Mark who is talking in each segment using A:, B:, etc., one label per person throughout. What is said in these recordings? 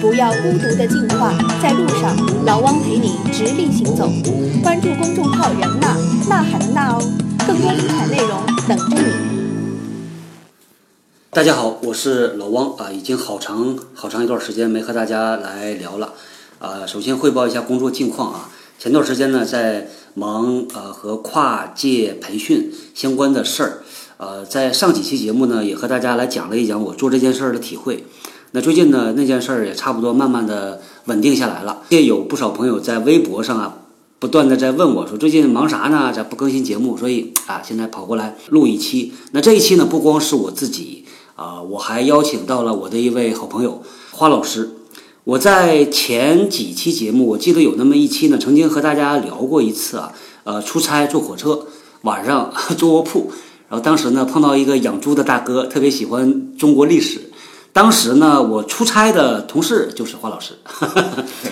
A: 不要孤独的进化，在路上，老汪陪你直立行走。关注公众号“人呐呐喊的呐”哦，更多精彩内容等着你。
B: 大家好，我是老汪啊，已经好长好长一段时间没和大家来聊了啊。首先汇报一下工作近况啊，前段时间呢在忙呃和跨界培训相关的事儿，呃，在上几期节目呢也和大家来讲了一讲我做这件事儿的体会。那最近呢那件事儿也差不多慢慢的稳定下来了，也有不少朋友在微博上啊不断的在问我说最近忙啥呢？咋不更新节目？所以啊现在跑过来录一期。那这一期呢不光是我自己。啊、我还邀请到了我的一位好朋友花老师。我在前几期节目，我记得有那么一期呢，曾经和大家聊过一次啊，呃，出差坐火车，晚上 坐卧铺，然后当时呢碰到一个养猪的大哥，特别喜欢中国历史。当时呢，我出差的同事就是花老师，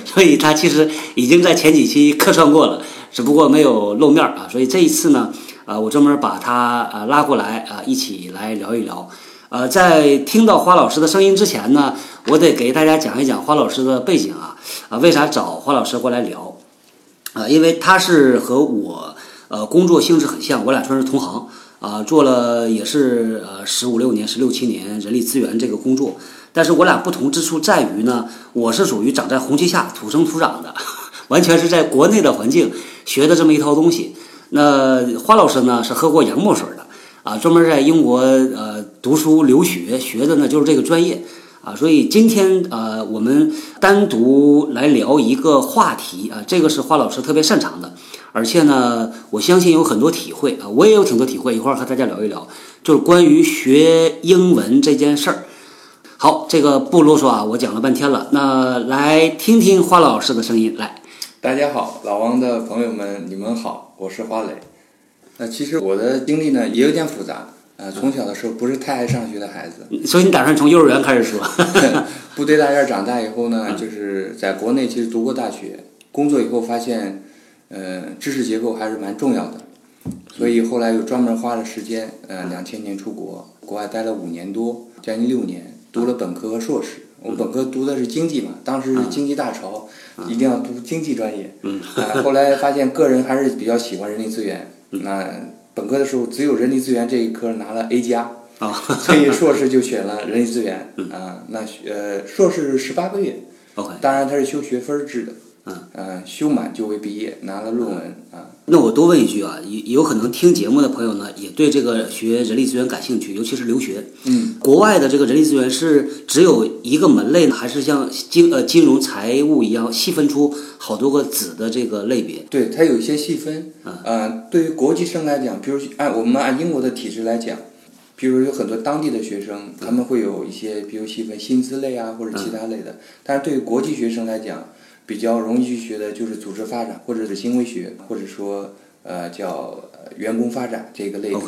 B: 所以他其实已经在前几期客串过了，只不过没有露面儿啊。所以这一次呢，啊、我专门把他啊、拉过来啊、一起来聊一聊。呃，在听到花老师的声音之前呢，我得给大家讲一讲花老师的背景啊，啊，为啥找花老师过来聊？啊，因为他是和我呃工作性质很像，我俩算是同行啊，做了也是呃十五六年、十六七年人力资源这个工作，但是我俩不同之处在于呢，我是属于长在红旗下土生土长的， 完全是在国内的环境学的这么一套东西。那花老师呢是喝过洋墨水的啊，专门在英国呃读书留学学的呢就是这个专业啊，所以今天呃我们单独来聊一个话题啊，这个是花老师特别擅长的，而且呢我相信有很多体会啊，我也有挺多体会，一会儿和大家聊一聊，就是关于学英文这件事儿。好，这个不啰嗦啊，我讲了半天了，那来听听花老师的声音，来，
C: 大家好，老王的朋友们，你们好，我是花磊。那其实我的经历呢也有点复杂，呃，从小的时候不是太爱上学的孩子，
B: 所以嗯你打算从幼儿园开始说？
C: 部队大院长大以后呢，就是在国内其实读过大学，工作以后发现，呃，知识结构还是蛮重要的，所以后来又专门花了时间，呃，两千年出国，国外待了五年多，将近六年，读了本科和硕士。我本科读的是经济嘛，当时是经济大潮，一定要读经济专业。嗯、后来发现个人还是比较喜欢人力资源。那本科的时候只有人力资源这一科拿了 A 加。
B: 啊，
C: 所以硕士就选了人力资源啊、那学呃，硕士十八个月
B: OK
C: 当然它是修学分儿制的，嗯、修满就会毕业，拿了论文啊、
B: 那我多问一句啊，有有可能听节目的朋友呢，也对这个学人力资源感兴趣，尤其是留学。
C: 嗯，
B: 国外的这个人力资源是只有一个门类呢，还是像金呃金融财务一样细分出好多个子的这个类别？
C: 对，它有一些细分，呃，对于国际生来讲，比如按我们按英国的体制来讲，比如有很多当地的学生，他们会有一些，比如细分薪资类啊或者其他类的，但是对于国际学生来讲，比较容易去学的就是组织发展或者是行为学，或者说呃叫呃员工发展这个类别
B: OK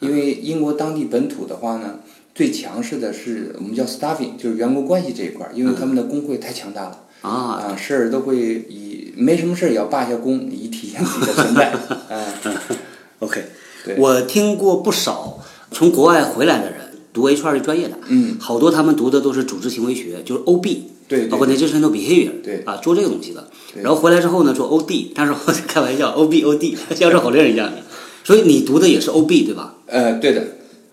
C: 因为英国当地本土的话呢。最强势的是我们叫 staffing，就是员工关系这一块儿，因为他们的工会太强大了，
B: 啊，
C: 啊，事儿都会以没什么事儿也要罢下功，以体现自己的 存在。
B: 嗯
C: 啊，
B: OK，
C: 对
B: 我听过不少从国外回来的人读 HR 这专业的，
C: 嗯，
B: 好多他们读的都是组织行为学，就是 OB，
C: 对对
B: 包括 organizational behavior，
C: 对
B: 啊，做这个东西的。然后回来之后呢，做 OD，但是我开玩笑，OB OD 像绕口令一样的。所以你读的也是 OB 对吧
C: 呃，对的，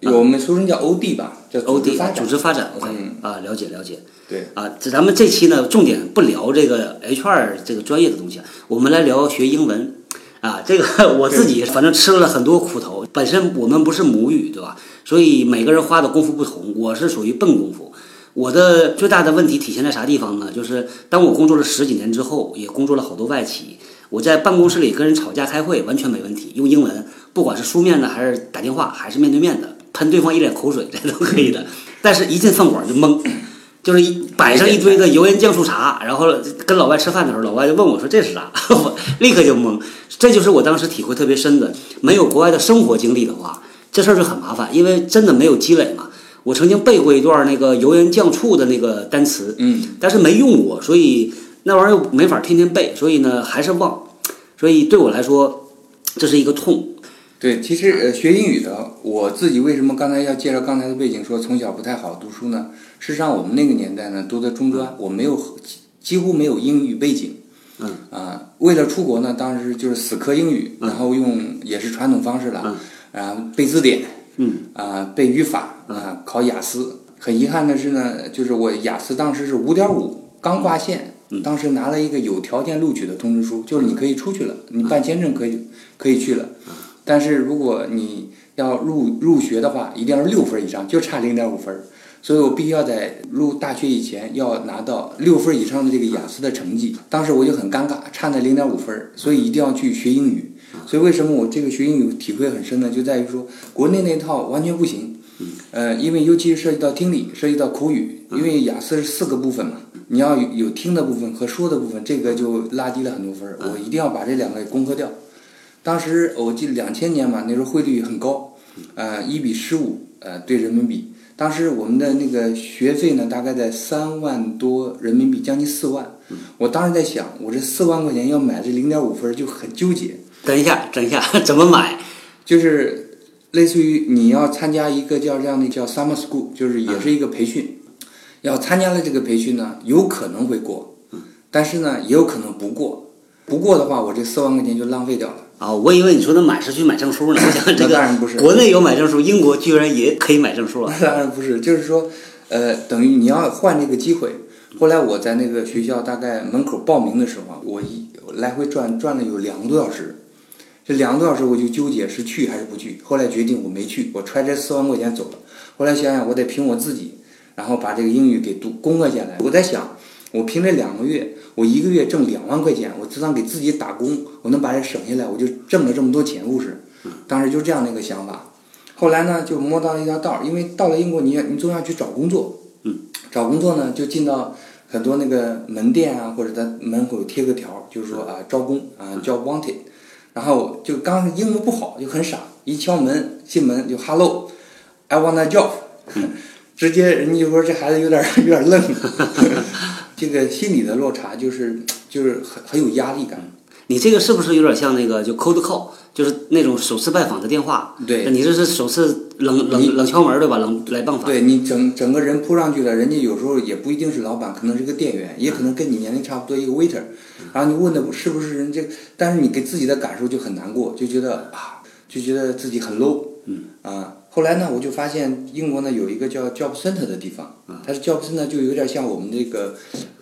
C: 我们俗称叫 OD 吧，叫组织
B: ？OD
C: 发
B: 嗯组
C: 展。
B: 织发展，OK
C: 嗯
B: 啊，了解了解。
C: 对
B: 啊，这咱们这期呢，重点不聊这个 HR 这个专业的东西，啊我们来聊学英文。啊，这个我自己反正吃了很多苦头，本身我们不是母语，对吧？所以每个人花的功夫不同，我是属于笨功夫。我的最大的问题体现在啥地方呢？就是当我工作了十几年之后，也工作了好多外企，我在办公室里跟人吵架开会完全没问题，用英文，不管是书面的还是打电话，还是面对面的，喷对方一脸口水这都可以的。但是一进饭馆就懵，就是一摆上一堆的油盐酱醋茶，然后跟老外吃饭的时候，老外就问我说这是啥， 我立刻就懵。这就是我当时体会特别深的，没有国外的生活经历的话，这事儿就很麻烦，因为真的没有积累嘛。我曾经背过一段那个油盐酱醋的那个单词，
C: 嗯，
B: 但是没用过，所以那玩意儿又没法天天背，所以呢还是忘，所以对我来说这是一个痛。
C: 对，其实呃，学英语的我自己为什么刚才要介绍刚才的背景，说从小不太好读书呢？事实上，我们那个年代呢，读的中专，我没有几几乎没有英语背景。
B: 嗯
C: 啊、为了出国呢，当时就是死磕英语，然后用也是传统方式了，
B: 嗯
C: 然后背字典，
B: 嗯
C: 啊、背语法，啊、考雅思。很遗憾的是呢，就是我雅思当时是五点五，刚挂线，
B: 嗯
C: 当时拿了一个有条件录取的通知书，就是你可以出去了，你办签证可以可以去了。但是如果你要入入学的话，一定要是六分以上，就差零点五分儿。所以我必须要在入大学以前要拿到六分以上的这个雅思的成绩。当时我就很尴尬，差那零点五分儿，所以一定要去学英语。所以为什么我这个学英语体会很深呢？就在于说国内那套完全不行。呃，因为尤其涉及到听力，涉及到口语，因为雅思是四个部分嘛，你要有有听的部分和说的部分，这个就拉低了很多分儿。我一定要把这两个给攻克掉。当时呃我记得两千年嘛，那时候汇率很高，呃，一比十五，呃，对人民币。当时我们的那个学费呢，大概在三万多人民币，将近四万。我当时在想，我这四万块钱要买这零点五分儿就很纠结。
B: 等一下，等一下， 怎么买？
C: 就是类似于你要参加一个叫这样的叫 summer school，就是也是一个培训，要参加了这个培训呢，有可能会过，但是呢也有可能不过，不过的话我这四万块钱就浪费掉了。
B: 啊，我以为你说的买是去买证书呢，我 想这
C: 那当然
B: 个
C: 不是
B: 国内有买证书，英国居然也可以买证书了。
C: 当然不是，就是说，呃，等于你要换这个机会。后来我在那个学校大概门口报名的时候啊，我一我来回转转了有两个多小时，这两个多小时我就纠结是去还是不去。后来决定我没去，我揣着四万块钱走了。后来想想，我得凭我自己，然后把这个英语给读攻克下来。我在想，我凭这两个月，我一个月挣两万块钱，我只当给自己打工，我能把这省下来，我就挣了这么多钱，不是？当时就这样的一个想法。后来呢，就摸到了一条道儿，因为到了英国你，也你总要去找工作。
B: 嗯，
C: 找工作呢，就进到很多那个门店啊，或者在门口贴个条儿，就是说啊招工啊叫 wanted，然后就刚开始英文不好，就很傻，一敲门进门就 hello，I want a job，、直 接人家就说这孩子有点儿 有点儿愣，这个心理的落差就是就是很很有压力感。
B: 你这个是不是有点像那个就 cold call，就是那种首次拜访的电话？
C: 对
B: 你这是首次冷冷冷敲门对吧？冷来棒法。
C: 对你整整个人扑上去了，人家有时候也不一定是老板，可能是个店员，也可能跟你年龄差不多一个 waiter，然后你问的是不是人这，但是你给自己的感受就很难过，就觉得啊，就觉得自己很 low，嗯啊。后来呢，我就发现英国呢有一个叫 job center 的地方，它是 job center 就有点像我们这个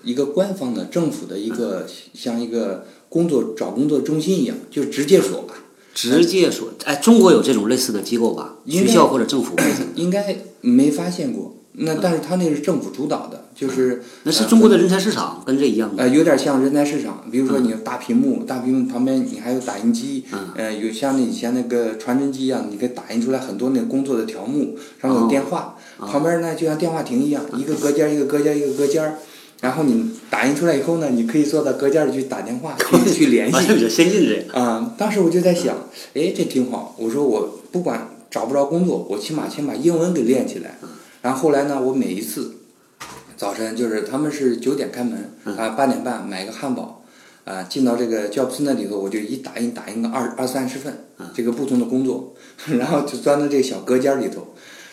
C: 一个官方的政府的一个像一个工作找工作中心一样，就职介所吧。
B: 直接说，哎，中国有这种类似的机构吧？
C: 应
B: 学
C: 该
B: 校或者政府？
C: 应该没发现过。那但是它那是政府主导的，就是
B: 那是中国的人才市场，跟这一样的。
C: 呃，有点像人才市场，比如说你有大屏幕，大屏幕旁边你还有打印机，呃，有像那以前那个传真机一样，你可以打印出来很多那个工作的条目，上面有电话，旁边呢就像电话亭一样，一个隔间儿一个隔间儿一个隔间儿，然后你打印出来以后呢，你可以坐到隔间儿里去打电话，去去联
B: 好
C: 系
B: 像比较先进这个。
C: 啊、当时我就在想，哎，这挺好。我说我不管找不着工作，我起码先把英文给练起来。然后后来呢，我每一次早晨就是他们是九点开门啊，八点半买个汉堡啊，进到这个 job 那里头，我就一打印打印个二二三十份啊这个不同的工作， 然后就钻到这个小隔间里头。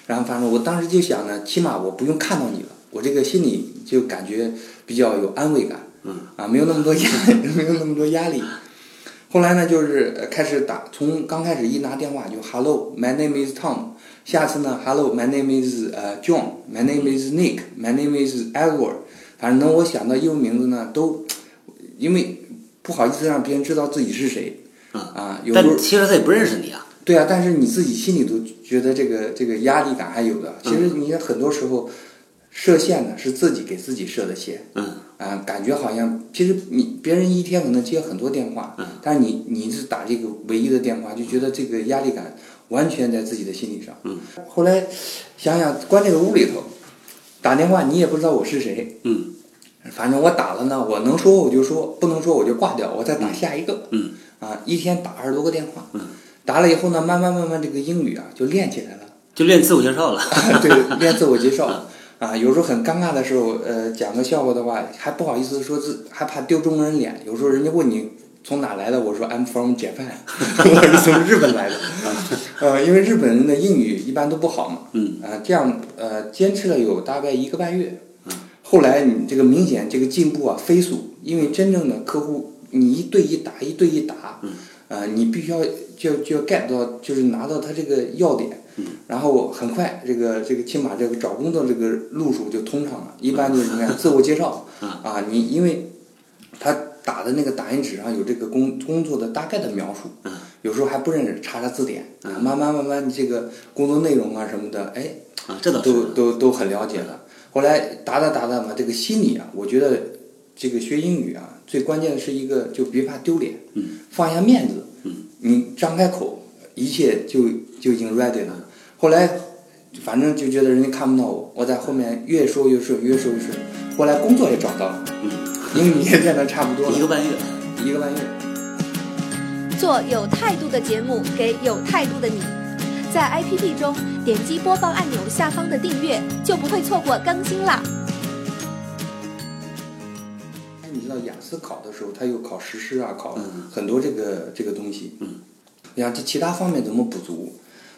C: 然后反正我当时就想呢，起码我不用看到你了，我这个心里就感觉比较有安慰感。啊，没有那么多压， 没有那么多压力。后来呢，就是呃开始打，从刚开始一拿电话就 Hello, my name is Tom。下次呢，Hello, my name is 呃 John, my name is Nick, my name is Edward。反正能我想到英文名字呢，都因为不好意思让别人知道自己是谁啊，有时候
B: 但其实他也不认识你啊。
C: 对啊，但是你自己心里都觉得这个这个压力感还有的。其实你很多时候设限呢，是自己给自己设的限。
B: 嗯。
C: 啊，感觉好像其实你别人一天可能接很多电话，但是你你是打这个唯一的电话，就觉得这个压力感完全在自己的心理上。嗯。后来想想关这个屋里头，打电话你也不知道我是谁。
B: 嗯。
C: 反正我打了呢，我能说我就说，不能说我就挂掉，我再打下一个。
B: 嗯。
C: 啊，一天打二十多个电话。嗯。打了以后呢，慢慢慢慢这个英语啊就练起来了。
B: 就练自我介绍了。
C: 对，练自我介绍。啊，有时候很尴尬的时候，呃，讲个笑话的话，还不好意思说自，还怕丢中国人脸。有时候人家问你从哪来的？我说 I'm from Japan，我 是从日本 来的。呃，因为日本人的英语一般都不好嘛。
B: 嗯。
C: 啊、这样呃，坚持了有大概一个半月。
B: 嗯
C: 后来你这个明显这个进步啊飞速，因为真正的客户，你一对一打，一对一打，
B: 嗯
C: 呃，你必须要就就要 get 到，就是拿到他这个要点，
B: 嗯
C: 然后很快这个这个起码这个找工作这个路数就通畅了。一般就是你看自我介绍，
B: 嗯
C: 啊，你因为他打的那个打印纸上有这个工工作的大概的描述，
B: 嗯
C: 有时候还不认识，查查字典，啊
B: 嗯
C: 慢慢慢慢你这个工作内容啊什么的，哎，
B: 啊，这倒是
C: 都都都很了解了。后来打打打打嘛，这个心理啊，我觉得这个学英语啊，最关键的是一个就别怕丢脸，
B: 嗯
C: 放下面子，
B: 嗯
C: 你张开口，一切就就已经 ready 了。后来反正就觉得人家看不到我，我在后面越说越顺，越说越顺。后来工作也找到了，
B: 嗯，
C: 英语也练得差不多了，
B: 一个半月，
C: 一个半月。
A: 做有态度的节目，给有态度的你。在 APP 中点击播放按钮下方的订阅，就不会错过更新啦。
C: 你知道雅思考的时候，它有考实施啊，考
B: 嗯
C: 很多这个这个东西。
B: 嗯，
C: 呀，这其他方面怎么补足？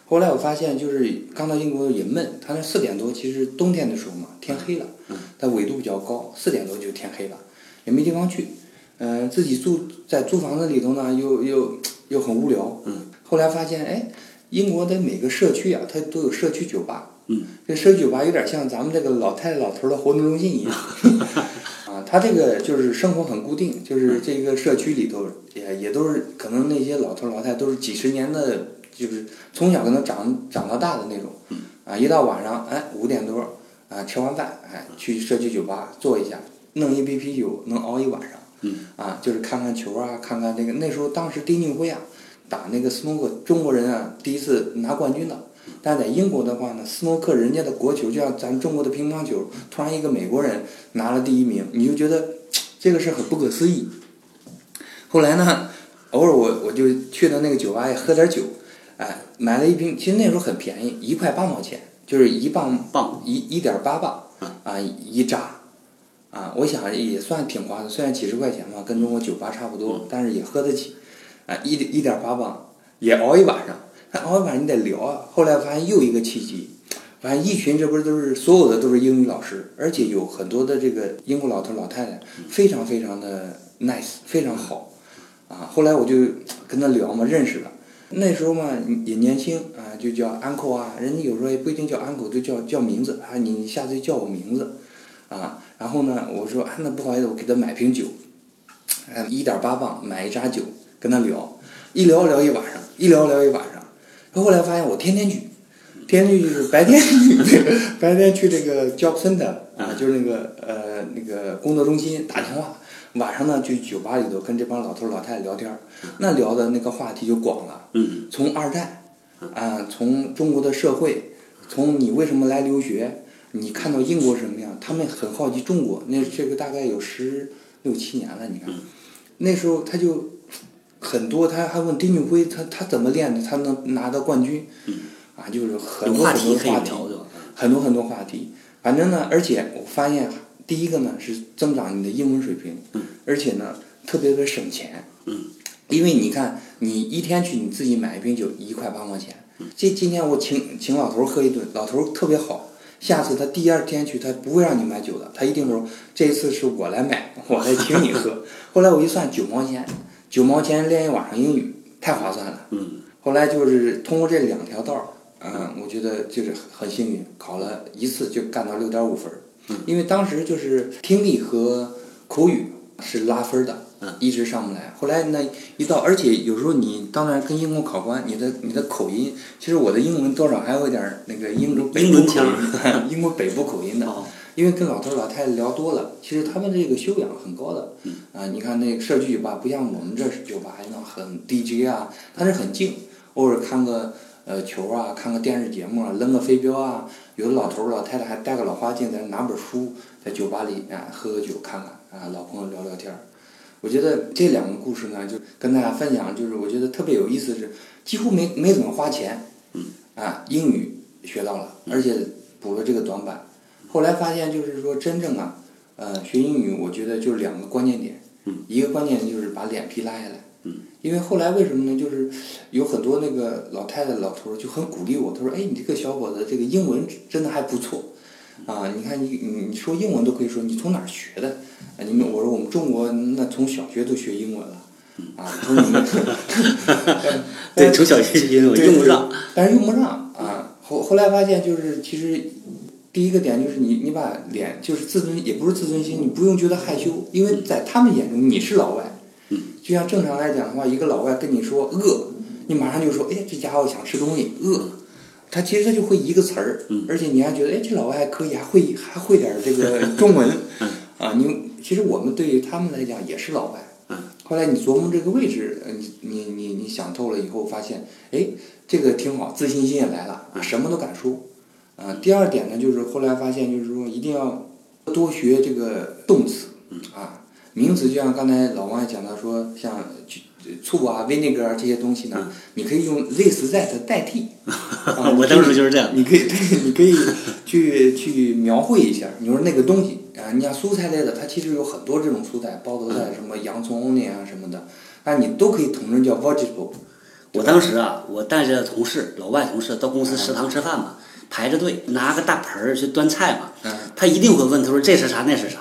C: 后来我发现，就是刚到英国也闷，它那四点多，其实冬天的时候嘛，天黑了，
B: 嗯
C: 它纬度比较高，四点多就天黑了，也没地方去。嗯、自己住在租房子里头呢，又又又很无聊。
B: 嗯
C: 后来发现，哎，英国的每个社区啊，它都有社区酒吧。
B: 嗯
C: 这社区酒吧有点像咱们这个老太太老头儿的活动中心一样。啊，他这个就是生活很固定，就是这个社区里头也也都是可能那些老头儿老太太都是几十年的，就是从小可能长长到大的那种。啊，一到晚上，哎，五点多，啊，吃完饭，哎，去社区酒吧坐一下，弄一杯啤酒，能熬一晚上。
B: 嗯
C: 啊，就是看看球啊，看看那个那时候当时丁俊晖啊打那个斯诺克，中国人啊第一次拿冠军的。但在英国的话呢，斯诺克人家的国球就像咱中国的乒乓球，突然一个美国人拿了第一名，你就觉得这个事很不可思议。后来呢，偶尔我我就去到那个酒吧也喝点酒，哎，买了一瓶，其实那时候很便宜，一块八毛钱，就是一磅
B: 磅
C: 一一点八磅
B: 嗯
C: 啊一扎，啊，我想也算挺划算，虽然几十块钱嘛，跟中国酒吧差不多，但是也喝得起，啊，一一点八磅也熬一晚上，但熬一晚上你得聊啊。后来发现又一个契机，发现一群这不是都是所有的都是英语老师，而且有很多的这个英国老头老太太，非常非常的 nice，非常好，啊，后来我就跟他聊嘛，认识了。那时候嘛也年轻啊，就叫 uncle 啊，人家有时候也不一定叫 uncle，就叫叫名字啊，你下次就叫我名字，啊，然后呢，我说啊，那不好意思，我给他买瓶酒，哎，一点八磅买一扎酒，跟他聊，一聊聊一晚上，一聊聊一晚上，后来发现我天天去，天天去就是白天去， 白天去这个 job center
B: 嗯
C: 啊，就是那个呃那个工作中心打电话，晚上呢去酒吧里头跟这帮老头老太太聊天儿，那聊的那个话题就广了。
B: 嗯
C: 从二战，啊，从中国的社会，从你为什么来留学，你看到英国什么样，他们很好奇中国。那这个大概有十六七年了，你
B: 嗯
C: 看，那时候他就很多，他还问丁俊晖，他他怎么练的，他能拿到冠军，啊，就是
B: 嗯
C: 很
B: 有
C: 多
B: 话
C: 很
B: 题
C: 多
B: 可以
C: 话题，
B: 聊对吧？
C: 很多很多话题。反正呢，而且我发现啊第一个呢是增长你的英文水平，而且呢特别特别省钱。
B: 嗯
C: 因为你看，你一天去你自己买一瓶酒一块八毛钱，这今天我请请老头儿喝一顿，老头儿特别好。下次他第二天去，他不会让你买酒的，他一定说这次是我来买， 我来请你 喝。后来我一算九毛钱，九毛钱练一晚上英语，太划算了。
B: 嗯
C: 后来就是通过这两条道儿，嗯，我觉得就是很幸运，考了一次就干到六点五分儿，
B: 嗯
C: 因为当时就是听力和口语是拉分儿的
B: 嗯，
C: 一直上不来。后来呢，一到而且有时候你当然跟英国考官，你的你的口音，其实我的英文多少还有一点儿那个英国北
B: 英
C: 部
B: 伦
C: 口
B: 腔
C: 音，英国北部口音的。
B: 哦
C: 因为跟老头儿老太太聊多了，其实他们这个修养很高的。啊，你看那个社区酒吧，不像我们这是酒吧那很 DJ 啊，它是很静，偶尔看个呃球啊，看个电视节目啊，扔个飞镖啊，有的老头儿老太太还戴个老花镜，在那拿本书，在酒吧里啊喝喝酒，看看啊老朋友聊聊天儿。我觉得这两个故事呢，就跟大家分享，就是我觉得特别有意思是，几乎没没怎么花钱，啊，英语学到了，而且补了这个短板。后来发现就是说，真正啊，呃，学英语，我觉得就两个关键点，
B: 嗯
C: 一个关键就是把脸皮拉下来。
B: 嗯
C: 因为后来为什么呢？就是有很多那个老太太、老头儿就很鼓励我，他说：“哎，你这个小伙子，这个英文真的还不错，啊，你看你你你说英文都可以说，你从哪儿学的？啊，你们我说我们中国那从小学都学英文了，啊，从你们
B: 对，从小学习英文
C: 对
B: 用不上，，
C: 对但是用不上啊。后后来发现就是其实。第一个点就是你，你把脸就是自尊，也不是自尊心，你不用觉得害羞，因
B: 嗯
C: 为在他们眼中你是老外，就像正常来讲的话，一个老外跟你说饿，你马上就说，哎呀，这家伙想吃东西，饿。他其实他就会一个词儿，
B: 嗯
C: 而且你还觉得，哎，这老外还可以，还会还会点儿 这个中文，啊，你其实我们对于他们来讲也是老外。
B: 嗯
C: 后来你琢磨这个位置，呃你你你你想透了以后，发现，哎，这个挺好，自信心也来了，什么都敢说。啊，第二点呢，就是后来发现，就是说一定要多学这个动词，啊，名词就像刚才老王也讲到说，像呃醋啊、vinegar 啊这些东西呢，你可以用 this that 代替。 啊
B: 我当时就是这样
C: 你可以，对， 你可以去去描绘一下，你说那个东西啊，你像蔬菜类的，它其实有很多这种蔬菜，包头菜、什么洋葱、那啊什么的，那你都可以统称叫 vegetable。
B: 我当时啊，我带着同事，老外同事到公司食堂吃饭嘛，排着队拿个大盆儿去端菜嘛，
C: 嗯
B: 他一定会问，他说这是啥，那是啥。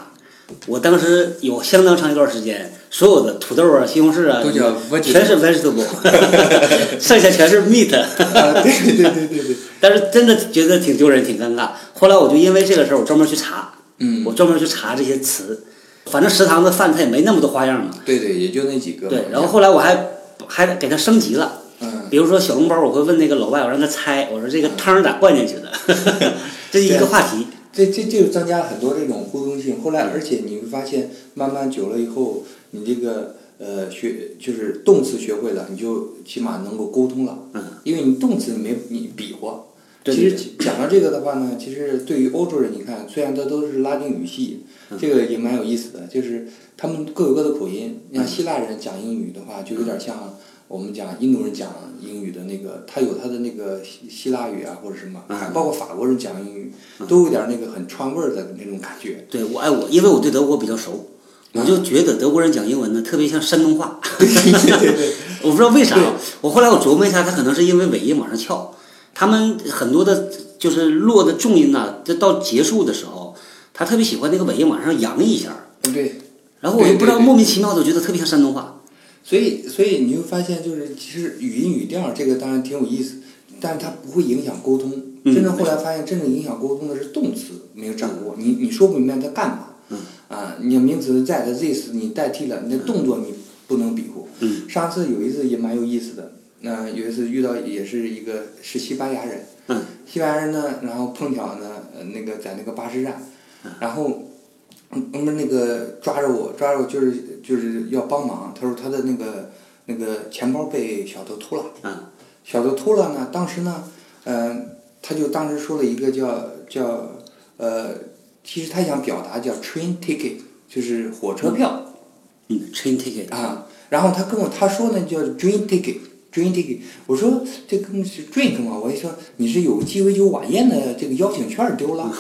B: 我当时有相当长一段时间，所有的土豆啊、西红柿啊，
C: 都叫 vegetable
B: 全是 vegetable，剩下全是 meat。
C: 啊，对对对对对，
B: 但是真的觉得挺丢人、挺尴尬。后来我就因为这个事儿，我专门去查，
C: 嗯
B: 我专门去查这些词。反正食堂的饭它也没那么多花样嘛。
C: 对对，也就那几个嘛。
B: 对，然后后来我还还给它升级了。
C: 嗯，
B: 比如说小笼包，我会问那个老外，我让他猜，我说这个汤儿咋灌进去的？ 这是一个话题。
C: 这这这就增加了很多这种互动性。后来，而且你会发现，慢慢久了以后，你这个呃学就是动词学会了，你就起码能够沟通了。
B: 嗯，
C: 因为你动词没你比划。
B: 对
C: 其
B: 对
C: 实讲到这个的话呢，其实对于欧洲人，你看，虽然他都是拉丁语系，
B: 嗯
C: 这个也蛮有意思的，就是他们各有各的口音。你像希腊人讲英语的话，就有点像我们讲印度人讲英语的那个，他有他的那个希希腊语啊，或者什么，
B: 嗯
C: 包括法国人讲英语，都有点那个很川味儿的那种感觉。
B: 对我哎我，因为我对德国比较熟，我就觉得德国人讲英文呢特别像山东话。
C: 对 对对，
B: 我不知道为啥
C: 对，
B: 我后来我琢磨一下，他可能是因为尾音往上翘，他们很多的就是落的重音呐、就到结束的时候，他特别喜欢那个尾音往上扬一下，
C: 对。
B: 然后我就不知道
C: 对对对
B: 莫名其妙的觉得特别像山东话。
C: 所以，所以你会发现，就是其实语音语调这个当然挺有意思，但它不会影响沟通。
B: 嗯
C: 真正后来发现，真正影响沟通的是动词没有掌握，你你说不明白它干嘛。
B: 嗯
C: 啊，你的名词 that this 你代替了，你的动作你不能比划。
B: 嗯
C: 上次有一次也蛮有意思的，那、有一次遇到也是一个是西班牙人，
B: 嗯
C: 西班牙人呢，然后碰巧呢，呃那个在那个巴士站，然后嗯他们那个抓着我，抓着我就是就是要帮忙。他说他的那个那个钱包被小偷偷了，
B: 嗯
C: 小偷偷了呢，当时呢，嗯，他就当时说了一个叫叫呃，其实他想表达叫 train ticket，就是火车票。
B: 嗯，train ticket
C: 啊，然后他跟我他说呢叫 drink ticket。drink ticket，我说这跟是 drink 嘛，我一说你是有鸡尾酒晚宴的这个邀请券丢 了，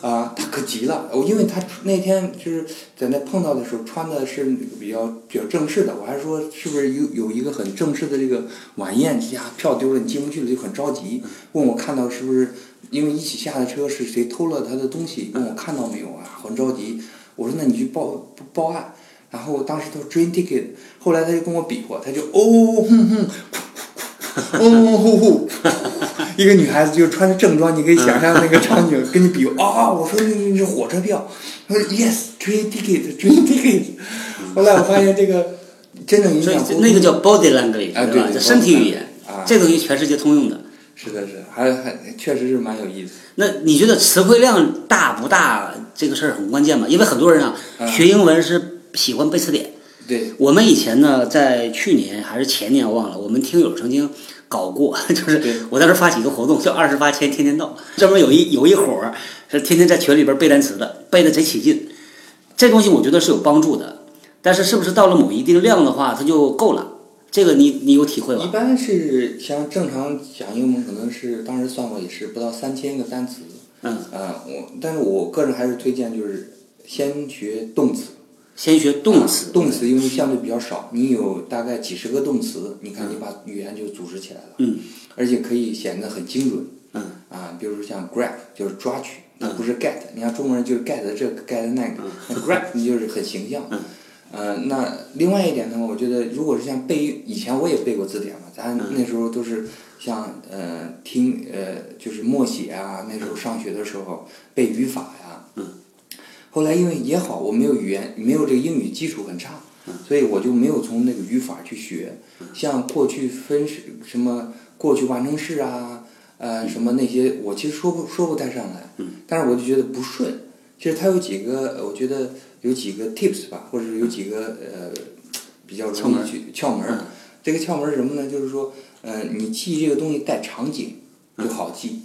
C: 啊，他可急了，我因为他那天就是在那碰到的时候穿的是比较比较正式的，我还说是不是有有一个很正式的这个晚宴，呀票丢了你进不去了，就很着急，问我看到是不是因为一起下的车是谁偷了他的东西，问我看到没有啊，很着急，我说那你去报报案，然后当时都 train ticket，后来他就跟我比划，他就哦哼哼，哦呼呼，一个女孩子就穿着正装，你可以想象那个场景，跟你比划
B: 嗯
C: 啊，我说你是火车票，他说 yes train ticket train ticket，后来我发现这个真正影
B: 所以
C: 响
B: 这那个叫 body language，、对
C: 啊
B: 吧？
C: 对对
B: 叫身体
C: body
B: 语言，
C: language，啊
B: 这东西全世界通用的。
C: 是的是，还还确实是蛮有意思。
B: 那你觉得词汇量大不大这个事儿很关键吗？因为很多人啊，
C: 嗯
B: 学英文是喜欢背词典。
C: 对，
B: 我们以前呢，在去年还是前年忘了，我们听友曾经搞过， 就是
C: 对
B: 我当时发起一个活动，叫“二十八千天天到”，专门有一有一伙儿是天天在群里边背单词的，背的贼起劲。这东西我觉得是有帮助的，但是是不是到了某一定量的话，它就够了？这个你你有体会
C: 一
B: 吧？
C: 般是像正常讲英文，可能是当时算过也是不到三千个单词。呃
B: 嗯
C: 啊，我但是我个人还是推荐就是先学动词，
B: 先学动词，
C: 动词因为相对比较少，你有大概几十个动词，你看你把语言就组织起来了，
B: 嗯，
C: 而且可以显得很精准，
B: 嗯，
C: 啊，比如说像 grab 就是抓取，它不是 get，你看中国人就是 get 这个 get 那个，
B: 嗯
C: 那 grab 你就是很形象，嗯，呃，那另外一点呢，我觉得如果是像背，以前我也背过字典嘛，咱
B: 嗯
C: 那时候都是像呃听呃就是默写啊，那时
B: 嗯
C: 候上学的时候背语法呀，后来因为也好，我没有语言，没有这个英语基础很差，所以我就没有从那个语法去学。像过去分式什么过去完成式啊，呃，什么那些，我其实说不说不太上来，但是我就觉得不顺。其实它有几个，呃我觉得有几个 tips 吧，或者是有几个呃比较容易去窍门儿。嗯这个窍门儿是什么呢？就是说，呃，你记这个东西带场景就好记。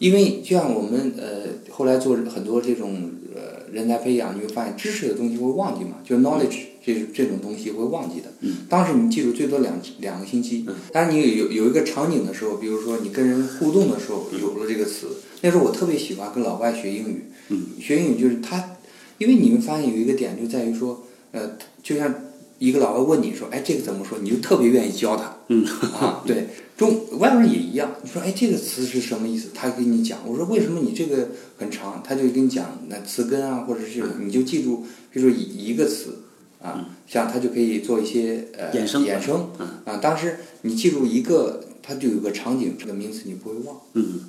C: 因为就像我们呃后来做很多这种呃人才培养，你会发现知识的东西会忘记嘛，就是 knowledge 这这种东西会忘记的。当时你记住最多两两个星期，当然你有有一个场景的时候，比如说你跟人互动的时候有了这个词，那时候我特别喜欢跟老外学英语，学英语就是他，因为你会发现有一个点就在于说，呃，就像一个老外问你说，哎，这个怎么说，你就特别愿意教他。
B: 嗯，
C: 啊，对，中外国人也一样。你说，哎，这个词是什么意思？他给你讲。我说，为什么你这个很长？他就给你讲那词根啊，或者是你就记住，比如说一一个词啊，像他就可以做一些呃
B: 嗯衍生嗯
C: 衍生啊。当时你记住一个，它就有个场景，这个名词你不会忘，
B: 嗯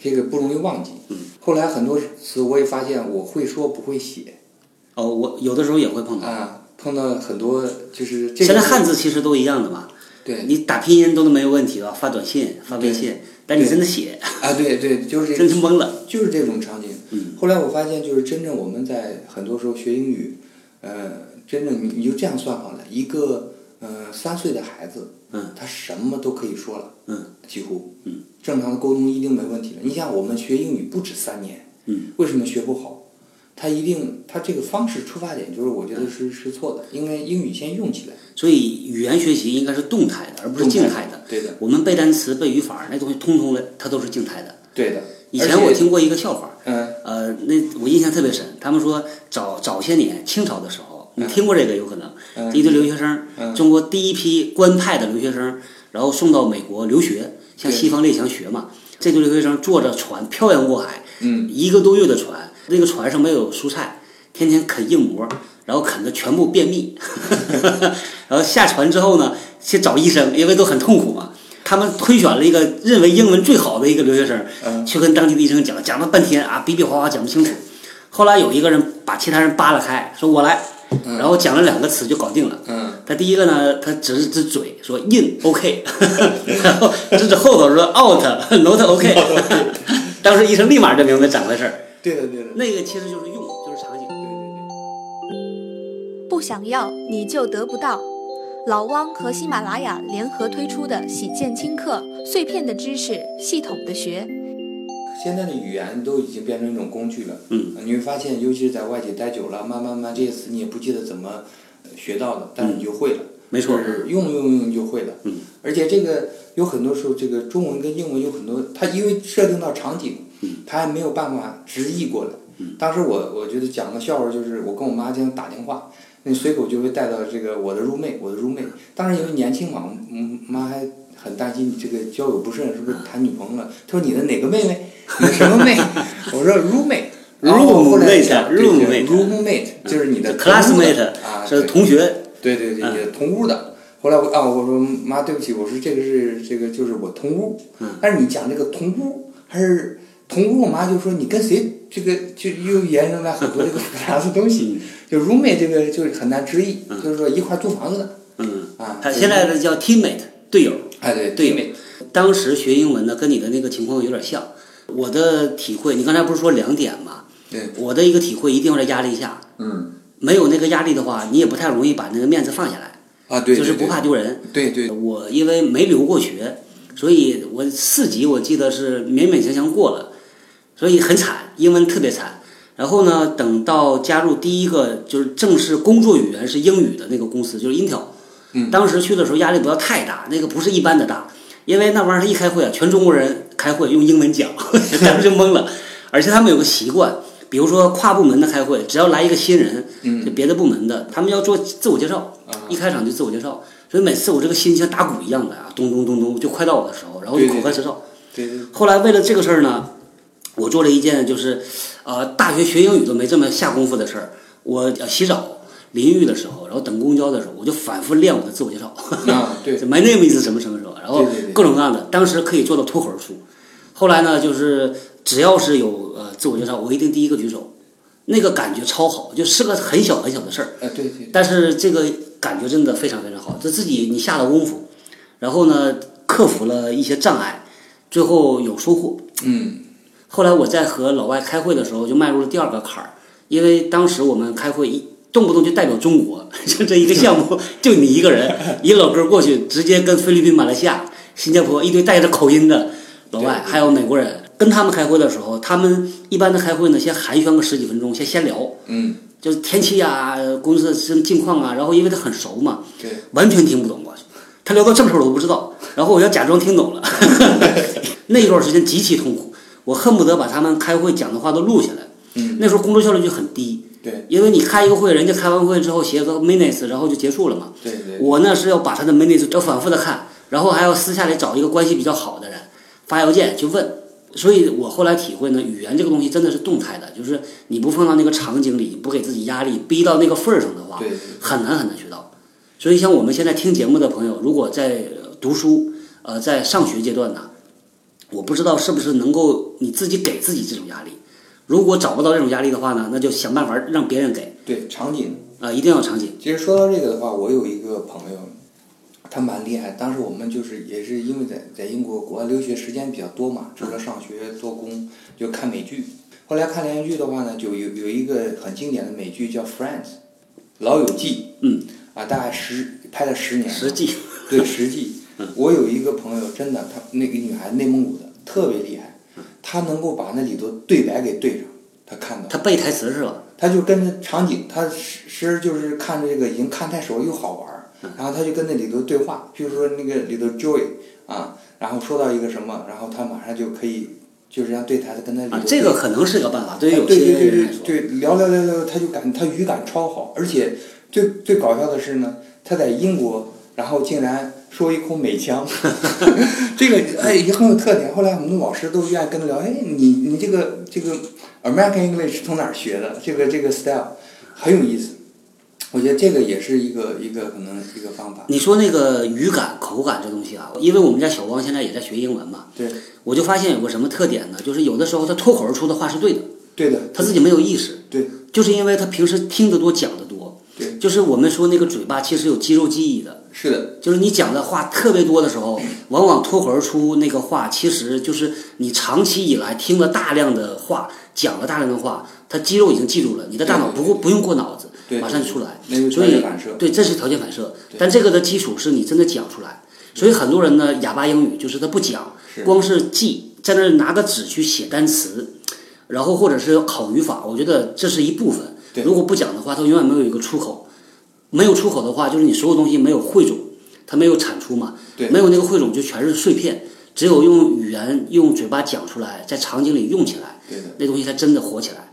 C: 这个不容易忘记。后来很多词我也发现我会说不会写
B: 哦，我有的时候也会碰到。
C: 啊，碰到很多就是这个
B: 现在汉字其实都一样的嘛，
C: 对
B: 你打拼音都没有问题吧？发短信、发微信，但你真的写，
C: 啊，对对，就是这
B: 真
C: 个
B: 是懵了。
C: 就是这种场景。
B: 嗯
C: 后来我发现，就是真正我们在很多时候学英语，呃，真正你你就这样算好了，一个呃三岁的孩子，
B: 嗯
C: 他什么都可以说了，
B: 嗯
C: 几乎，
B: 嗯
C: 正常的沟通一定没问题了。你想，我们学英语不止三年，
B: 嗯
C: 为什么学不好？他一定，他这个方式出发点就是我觉得
B: 嗯
C: 是是错的，应该英语先用起来。
B: 所以语言学习应该是动态的，而不是静态的。
C: 对的，
B: 我们背单词、背语法那东西，通通的它都是静态的。
C: 对的。
B: 以
C: 而
B: 前
C: 且
B: 我，听过一个笑话，
C: 嗯
B: 呃，那我印象特别深。他们说早早些年清朝的时候，你听过这个有可能，一堆留学生，中国第一批官派的留学生，然后送到美国留学，向西方列强学嘛。这堆留学生坐着船漂洋过海，
C: 嗯，
B: 一个多月的船，那个船上没有蔬菜，天天啃硬蘑，然后啃的全部便秘， 然后下船之后呢，去找医生，因为都很痛苦嘛。他们推选了一个认为英文最好的一个留学生，
C: 嗯
B: 去跟当地的医生讲，讲了半天啊，比比划划讲不清楚。后来有一个人把其他人扒拉开，说我来，然后讲了两个词就搞定了。
C: 嗯，
B: 他第一个呢，他指了指嘴说 in OK，然后指指后头说 out not OK，当时医生立马就明白咋回事儿。
C: 对的对的。
B: 那个其实就是用，就是场景。
C: 对对对
A: 不想要你就得不到。老汪和喜马拉雅联合推出的喜见轻课，碎片的知识，系统的学。
C: 现在的语言都已经变成一种工具了。
B: 嗯，
C: 你会发现，尤其是在外地待久了，慢慢慢这些词你也不记得怎么呃学到的，但是你就会了。
B: 没错
C: 就是用用用就会了。
B: 嗯，
C: 而且这个有很多时候，这个中文跟英文有很多，它因为设定到场景，它还没有办法直译过来。当时我我觉得讲个笑话，就是我跟我妈经常打电话，那随口就会带到这个我的 roommate，我的 roommate。当时因为年轻嘛，嗯，妈还很担心你这个交友不慎，是不是谈女朋友了？她说你的哪个妹妹？你的什么妹？我说 roommate。然后后来想对
B: Roommate，
C: 就是 roommate 就是你的同屋的
B: classmate
C: 啊，
B: 是
C: 对
B: 同学，
C: 对对对，也同屋的。后来我啊，我说妈，对不起，我说这个是这个就是我同屋。但是你讲这个同屋还是同屋，我妈就说你跟谁这个就又延伸来很多这个复杂的东西。就 roommate 这个就是很难直译，就是说一块儿租房子的
B: 嗯，
C: 啊。
B: 他现在的叫 teammate 队友。
C: 哎对
B: 队友
C: 妹
B: 当时学英文呢，跟你的那个情况有点像。我的体会，你刚才不是说两点吗？
C: 对
B: 我的一个体会，一定要在压力下。
C: 嗯
B: 没有那个压力的话，你也不太容易把那个面子放下来，
C: 啊对，
B: 就是
C: 对
B: 不怕丢人。
C: 对对
B: 我因为没留过学，所以我四级我记得是勉勉强强过了，所以很惨，英文特别惨。然后呢，等到加入第一个就是正式工作语言是英语的那个公司，就是 Intel。
C: 嗯
B: 当时去的时候压力不要太大，那个不是一般的大，因为那玩意儿 一开会啊，全中国人开会用英文讲，当时就懵了。而且他们有个习惯，比如说跨部门的开会，只要来一个新人，就
C: 嗯
B: 别的部门的，他们要做自我介绍，
C: 啊
B: 一，开场就自我介绍，所以每次我这个心像打鼓一样的啊，咚咚咚咚，就快到我的时候，然后就
C: 对对
B: 口干
C: 对
B: 舌燥。
C: 对对，
B: 后来为了这个事儿呢，我做了一件就是，呃，大学学英语都没这么下功夫的事儿。我呃洗澡、淋浴的时候，然后等公交的时候，我就反复练我的自我介绍。
C: 啊对，
B: ，My name is 什么什么什么，然后
C: 对对对
B: 各种各样的，当时可以做到脱口而出。后来呢，就是只要是有呃自我介绍，我一定第一个举手，那个感觉超好，就是个很小很小的事儿，
C: 啊对对，
B: 但是这个感觉真的非常非常好，就自己你下了功夫，然后呢克服了一些障碍，最后有收获。
C: 嗯
B: 后来我在和老外开会的时候，就迈入了第二个坎儿，因为当时我们开会一动不动就代表中国， 就这一个项目就你一个人，一老哥过去直接跟菲律宾、马来西亚、新加坡一堆带着口音的老外，
C: 对
B: 还有美国人，跟他们开会的时候，他们一般的开会呢，先寒暄个十几分钟，先闲聊，
C: 嗯
B: 就是天气啊、公司什么近况啊，然后因为他很熟嘛，
C: 对，
B: 完全听不懂我，他聊到这么时候我都不知道，然后我要假装听懂了， 那一段时间极其痛苦，我恨不得把他们开会讲的话都录下来。
C: 嗯
B: 那时候工作效率就很低，
C: 对
B: 因为你开一个会，人家开完会之后写个 minutes，然后就结束了嘛。
C: 对对，
B: 我呢是要把他的 minutes 要反复的看，然后还要私下里找一个关系比较好的人发邮件去问。所以我后来体会呢，语言这个东西真的是动态的，就是你不放到那个场景里，不给自己压力，逼到那个份儿上的话，
C: 对对
B: 很难很难学到。所以像我们现在听节目的朋友，如果在呃读书，呃，在上学阶段呢，我不知道是不是能够你自己给自己这种压力。如果找不到这种压力的话呢，那就想办法让别人给，
C: 对场景。
B: 啊、一定要场景，
C: 其实说到这个的话，我有一个朋友，他蛮厉害。当时我们就是也是因为在在英国国外留学时间比较多嘛，除了上学做工，就看美剧。后来看连续剧的话呢，就有有一个很经典的美剧叫《Friends》，老友记。
B: 嗯。
C: 啊，大概十拍了十嗯年。
B: 实。际，
C: 对实际，我有一个朋友，真的，她那个女孩内蒙古的，特别厉害，她能够把那里头对白给对上，嗯她看到，
B: 他背台词是吧？
C: 她就跟着场景，她时时就是看这个已经看太熟又好玩儿，
B: 嗯
C: 然后她就跟那里头对话，比如说那个里头 Joy 啊，然后说到一个什么，然后她马上就可以就是让对台词跟那里头
B: 啊，
C: 对
B: 这个可能是个办法，对于
C: 哎
B: 有
C: 对对
B: 些
C: 对
B: 人来说，
C: 对对，聊聊聊聊，他就感他语感超好，而且最最搞笑的是呢，他在英国，然后竟然说一口 美腔，这个哎也很有特点。后来我们的老师都愿意跟他聊，哎，你你这个这个 American English 是从哪儿学的？这个这个 style 很有意思，我觉得这个也是一个一个可能一个方法。
B: 你说那个语感、口感这东西啊，因为我们家小汪现在也在学英文嘛，
C: 对，
B: 我就发现有个什么特点呢？就是有的时候他脱口而出的话是对的，
C: 对的，
B: 他自己没有意识，
C: 对
B: 就是因为他平时听得多、讲得多，
C: 对，
B: 就是我们说那个嘴巴其实有肌肉记忆的，
C: 是的，
B: 就是你讲的话特别多的时候，往往脱口而出那个话，其实就是你长期以来听了大量的话，讲了大量的话，它肌肉已经记住了，你的大脑不过不用过脑子，
C: 对，
B: 马上就出来。
C: 那个
B: 所
C: 专业
B: 以
C: 反射，
B: 对，这是条件反射，
C: 对
B: 但这个的基础是你真的讲出来。所以很多人呢，哑巴英语就是他不讲，
C: 是
B: 光是记，在那儿拿个纸去写单词，然后或者是考语法，我觉得这是一部分。
C: 对
B: 如果不讲的话，他永远没有一个出口，没有出口的话，就是你所有东西没有汇总，它没有产出嘛，
C: 对
B: 没有那个汇总就全是碎片。只有用语言、用嘴巴讲出来，在场景里用起来，
C: 对的。
B: 那东西才真的火起来。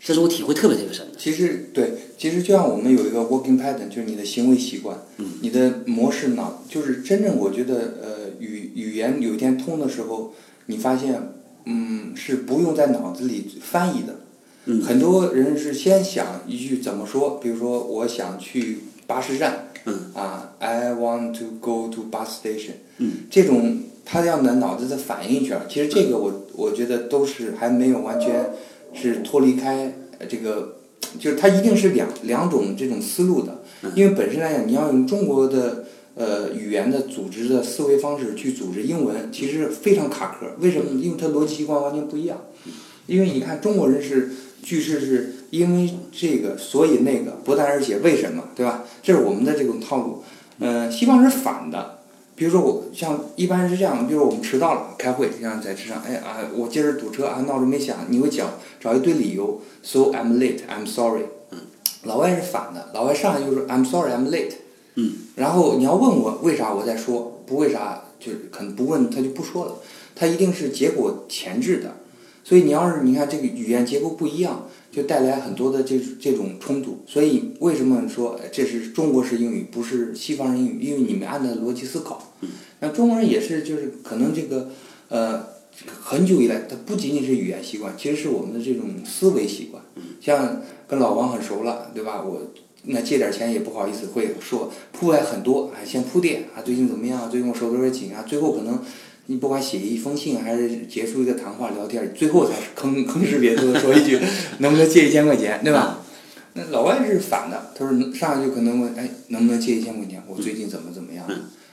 B: 这是我体会特别特别深的。
C: 其实对，其实就像我们有一个 working pattern，就是你的行为习惯，
B: 嗯
C: 你的模式脑，就是真正我觉得呃语语言有一天通的时候，你发现嗯是不用在脑子里翻译的，
B: 嗯
C: 很多人是先想一句怎么说，比如说我想去巴士站，
B: 嗯
C: 啊，I want to go to bus station，
B: 嗯
C: 这种他要拿脑子的反应一圈儿，其实这个
B: 嗯
C: 我我觉得都是还没有完全是脱离开呃这个，就是它一定是两两种这种思路的，因为本身来讲，你要用中国的呃语言的组织的思维方式去组织英文，其实非常卡壳。为什么？因为它逻辑习惯完全不一样。因为你看中国人是句式是因为这个所以那个，不但而且为什么，对吧？这是我们的这种套路。嗯、西方是反的，比如说我像一般是这样，比如我们迟到了开会，像在车上，哎啊，我今儿堵车啊，闹钟没响，你会讲找一堆理由，so I'm late, I'm sorry。老外是反的，老外上来就说 I'm sorry, I'm late。
B: 嗯。
C: 然后你要问我为啥，我再说，不为啥就是可能不问他就不说了，他一定是结果前置的。所以你要是你看这个语言结构不一样，就带来很多的这这种冲突。所以为什么说呃这是中国式英语，不是西方式英语？因为你们按照逻辑思考。那中国人也是，就是可能这个呃很久以来，它不仅仅是语言习惯，其实是我们的这种思维习惯。像跟老王很熟了，对吧？我那借点钱也不好意思会说铺盖很多，哎，先铺垫啊，最近怎么样啊？最近我手头有点紧啊，最后可能。你不管写一封信还是结束一个谈话聊天，最后才是吭 吭哧瘪肚的说一句， 能不能借一千块钱，对吧？那老外是反的，他说上来就可能问，哎，能不能借一千块钱？我最近怎么怎么样？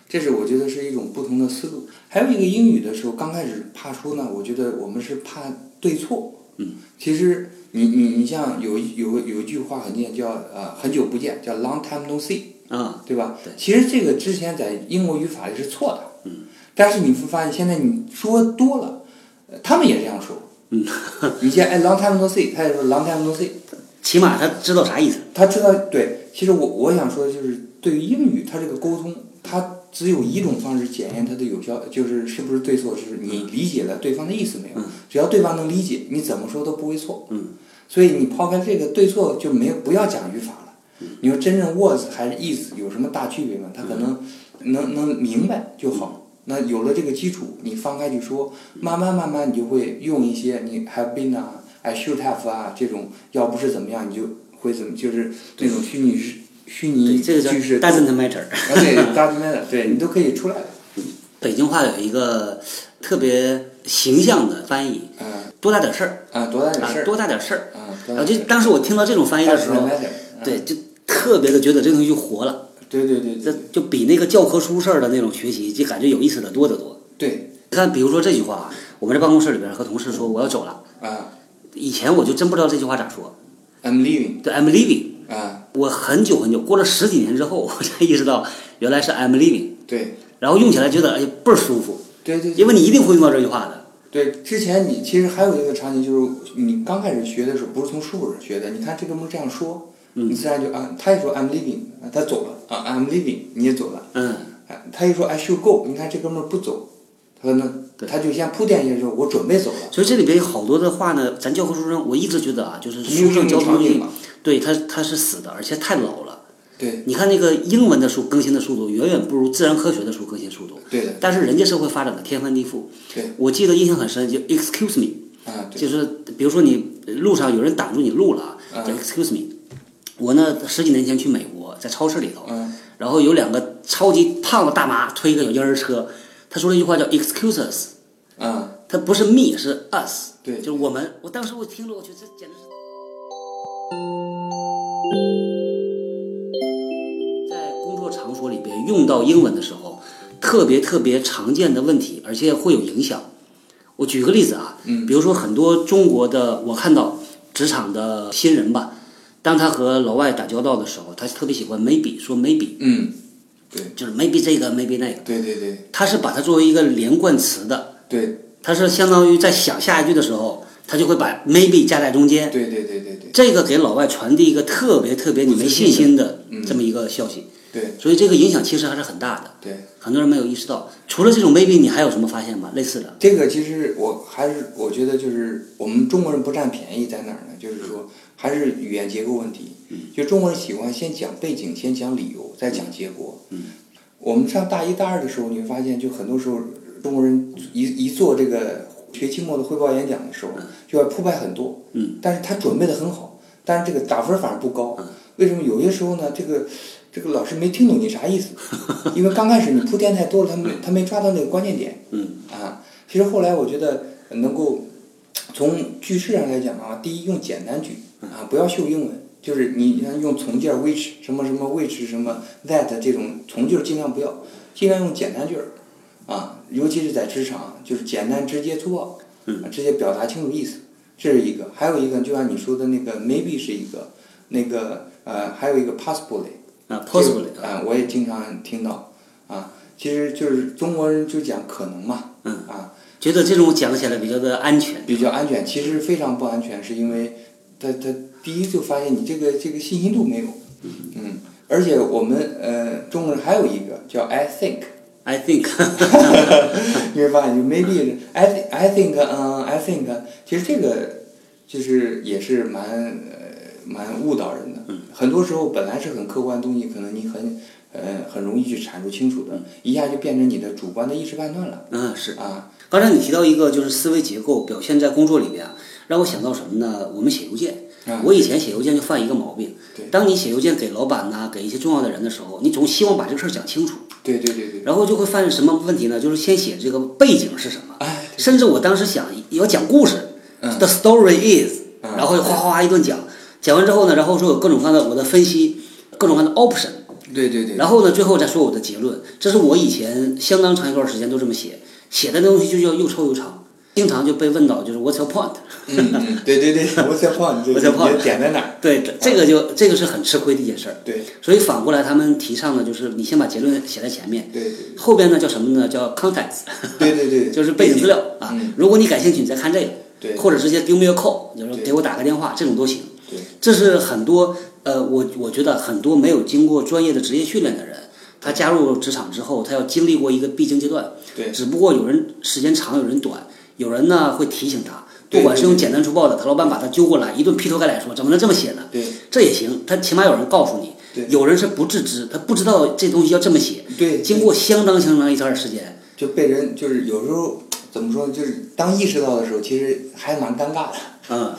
C: 这是我觉得是一种不同的思路。还有一个英语的时候，刚开始怕输呢，我觉得我们是怕对错。
B: 嗯，
C: 其实你你你像有一有有一句话很念叫呃很久不见叫 long time no see，
B: 啊，
C: 对吧？
B: 对
C: 其实这个之前在英国语法里是错的。
B: 嗯。
C: 但是你会发现，现在你说多了，呃他们也这样说。
B: 嗯，
C: 你像哎，long time no see，他也说 long time no see。
B: 起码他知道啥意思。
C: 他知道，对，其实我我想说的就是，对于英语，它这个沟通，它只有一种方式检验它的有效，就是是不是对错，是你理解了对方的意思没有？只要对方能理解，你怎么说都不会错。
B: 嗯，
C: 所以你抛开这个对错，就没有不要讲语法了。你说真正 was 还是 is 有什么大区别吗？他可能
B: 嗯
C: 能能明白就好。那有了这个基础，你放开去说，慢慢慢慢，你就会用一些你 have been 啊，I should have 啊这种，要不是怎么样，你就会怎么就是那种虚拟是虚
B: 对，
C: 拟
B: 这个叫
C: 句式，啊
B: doesn't matter。
C: 对 doesn't matter，对你都可以出来了。
B: 北京话有一个特别形象的翻译，
C: 嗯
B: 多大点事儿
C: 啊，多大点
B: 啊
C: 事，儿
B: 多大点事儿。
C: 啊，多
B: 然后就
C: 大点事儿
B: 当时我听到这种翻译的时候
C: doesn't，matter，啊
B: 对，就特别的觉得这东西就活了，
C: 对对对
B: 这
C: 对
B: 就比那个教科书式儿的那种学习，就感觉有意思的多得多。
C: 对
B: 你看，比如说这句话啊，我们在办公室里边和同事说我要走了，
C: 啊
B: 以前我就真不知道这句话咋说，
C: ，I'm leaving
B: 对，I'm leaving。
C: 啊，
B: 我很久很久，过了十几年之后，我才意识到原来是 I'm leaving，
C: 对
B: 然后用起来觉得哎呀倍儿舒服，
C: 对对，对
B: 因为你一定会用到这句话的。
C: 对，之前你其实还有一个场景，就是你刚开始学的时候，不是从书本上学的，你看这哥们儿这样说，
B: 嗯
C: 你自然就啊，他一说 I'm leaving，啊他走了啊，I'm leaving，你也走了，
B: 嗯，
C: 啊，他一说 I should go，你看这哥们儿不走，他可能
B: 对
C: 他就先铺垫一下，说我准备走了，
B: 所以这里边有好多的话呢，咱教科书上我一直觉得啊，就是
C: 没
B: 书
C: 有
B: 上
C: 这种
B: 教
C: 场
B: 科
C: 景
B: 书
C: 嘛，
B: 对它它是死的，而且太老了。
C: 对
B: 你看那个英文的书更新的速度远远不如自然科学的书更新速度，
C: 对的，
B: 但是人家社会发展的天翻地覆。
C: 对
B: 我记得印象很深，就 Excuse me，
C: 啊对
B: 就是比如说你路上有人挡住你路了，
C: 嗯
B: 叫 Excuse me。我呢十几年前去美国，在超市里头，
C: 嗯
B: 然后有两个超级胖的大妈推一个小婴儿车，她说了一句话叫 “Excuse us”，
C: 啊
B: 她不是 me 是 us，
C: 对
B: 就是我们。我当时我听着，我觉得这简直是。在工作场所里边用到英文的时候，特别特别常见的问题，而且会有影响。我举个例子啊，
C: 嗯
B: 比如说很多中国的，我看到职场的新人吧，当他和老外打交道的时候，他特别喜欢 maybe 说 maybe，
C: 嗯，对
B: 就是 maybe 这个 maybe 那个，
C: 对对对
B: 他是把它作为一个连贯词的，
C: 对
B: 他是相当于在想下一句的时候，他就会把 maybe 加在中间，
C: 对对对对对
B: 这个给老外传递一个特别特别你没信心的这么一个消息，
C: 嗯对
B: 所以这个影响其实还是很大的，
C: 对。
B: 很多人没有意识到。除了这种 maybe，你还有什么发现吗？类似的，
C: 这个其实我还是我觉得就是我们中国人不占便宜在哪儿呢？就是
B: 嗯
C: 说还是语言结构问题。就中国人喜欢先讲背景，先讲理由，再讲结果。
B: 嗯
C: 我们上大一大二的时候，你会发现，就很多时候中国人一一做这个学期末的汇报演讲的时候，就要铺排很多。
B: 嗯，
C: 但是他准备的很好，但是这个打分反而不高。为什么？有些时候呢，这个这个老师没听懂你啥 意思，因为刚开始你铺垫太多了，他没他没抓到那个关键点。
B: 嗯，
C: 啊，其实后来我觉得能够从句式上来讲啊，第一用简单句啊，不要秀英文，就是你像用从句儿 which 什么什么 which 什么 that 这种从句儿尽量不要，尽量用简单句儿啊，尤其是在职场，就是简单直接粗暴，啊直接表达清楚意思，这是一个。还有一个，就像你说的那个 maybe 是一个，那个呃还有一个 possibly。
B: 啊
C: 就
B: ，possibly 啊，
C: 啊、我也经常听到啊，其实就是中国人就讲可能嘛，
B: 嗯
C: 啊，
B: 觉得这种讲起来比较的安全，
C: 比较安全，其实非常不安全，是因为他他第一就发现你这个这个信心度没有，嗯，而且我们呃中国人还有一个叫 I think，
B: I think，
C: 你会发现就 maybe I thi- I think 嗯、I think，其实这个就是也是蛮呃蛮误导人的。
B: 嗯
C: 很多时候本来是很客观的东西，可能你很呃很容易去阐述清楚的，一下就变成你的主观的意识判断了
B: 嗯是。
C: 啊。
B: 刚才你提到一个就是思维结构表现在工作里边啊，让我想到什么呢？我们写邮件，我以前写邮件就犯一个毛病
C: 对，
B: 当你写邮件给老板呐、给一些重要的人的时候，你总希望把这个事儿讲清楚，
C: 对对对对，
B: 然后就会犯什么问题呢？就是先写这个背景是什么，
C: 哎，
B: 甚至我当时想要讲故事、t h e story is，、
C: 嗯
B: 然后哗哗哗一顿讲，讲完之后呢，然后说有各种各样的我的分析，各种各样的 option，
C: 对对对，
B: 然后呢，最后再说我的结论。这是我以前相当长一段时间都这么写，写的那东西就叫又臭又长，经常就被问到就是 What's your point？
C: 嗯嗯，对对对，我在晃你这
B: 我在晃
C: 你的点在 哪儿？
B: 对，这这个就这个是很吃亏的一件事儿。
C: 对
B: 所以反过来，他们提倡的就是你先把结论写在前面，
C: 对对
B: 后边呢叫什么呢？叫 context，
C: 对对对，
B: 就是背景资料啊
C: 嗯。
B: 如果你感兴趣，你再看这个。
C: 对
B: 或者直接 give me a call，就是
C: 对
B: 给我打个电话，这种都行。
C: 对，
B: 这是很多呃，我我觉得很多没有经过专业的职业训练的人，他加入职场之后，他要经历过一个必经阶段。
C: 对
B: 只不过有人时间长，有人短，有人呢会提醒他，
C: 对
B: 不管是用
C: 对对
B: 简单粗暴的，他老板把他揪过来，一顿劈头盖脸说怎么能这么写呢？
C: 对
B: 这也行，他起码有人告诉你
C: 对。
B: 有人是不自知，他不知道这东西要这么写。
C: 对
B: 经过相当相当一段时间，
C: 就被人就是有时候怎么说呢，就是当意识到的时候，其实还蛮尴尬的。
B: 嗯，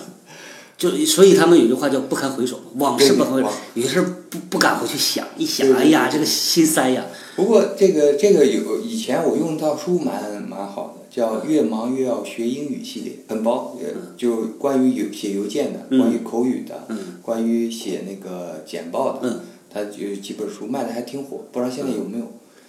B: 就所以他们有句话叫不堪回首，往事
C: 对
B: 不堪回首
C: 往，
B: 有些事儿不不敢回去想，一想，
C: 对对
B: 哎呀，这个心塞呀。
C: 不过这个这个有以前我用到书蛮蛮好的，叫
B: 嗯
C: 《越忙越要学英语》系列，很薄，呃就关于有写邮件的，
B: 嗯
C: 关于口语的，
B: 嗯
C: 关于写那个简报的，
B: 嗯
C: 它有几本书卖的还挺火，不知道现在有没有。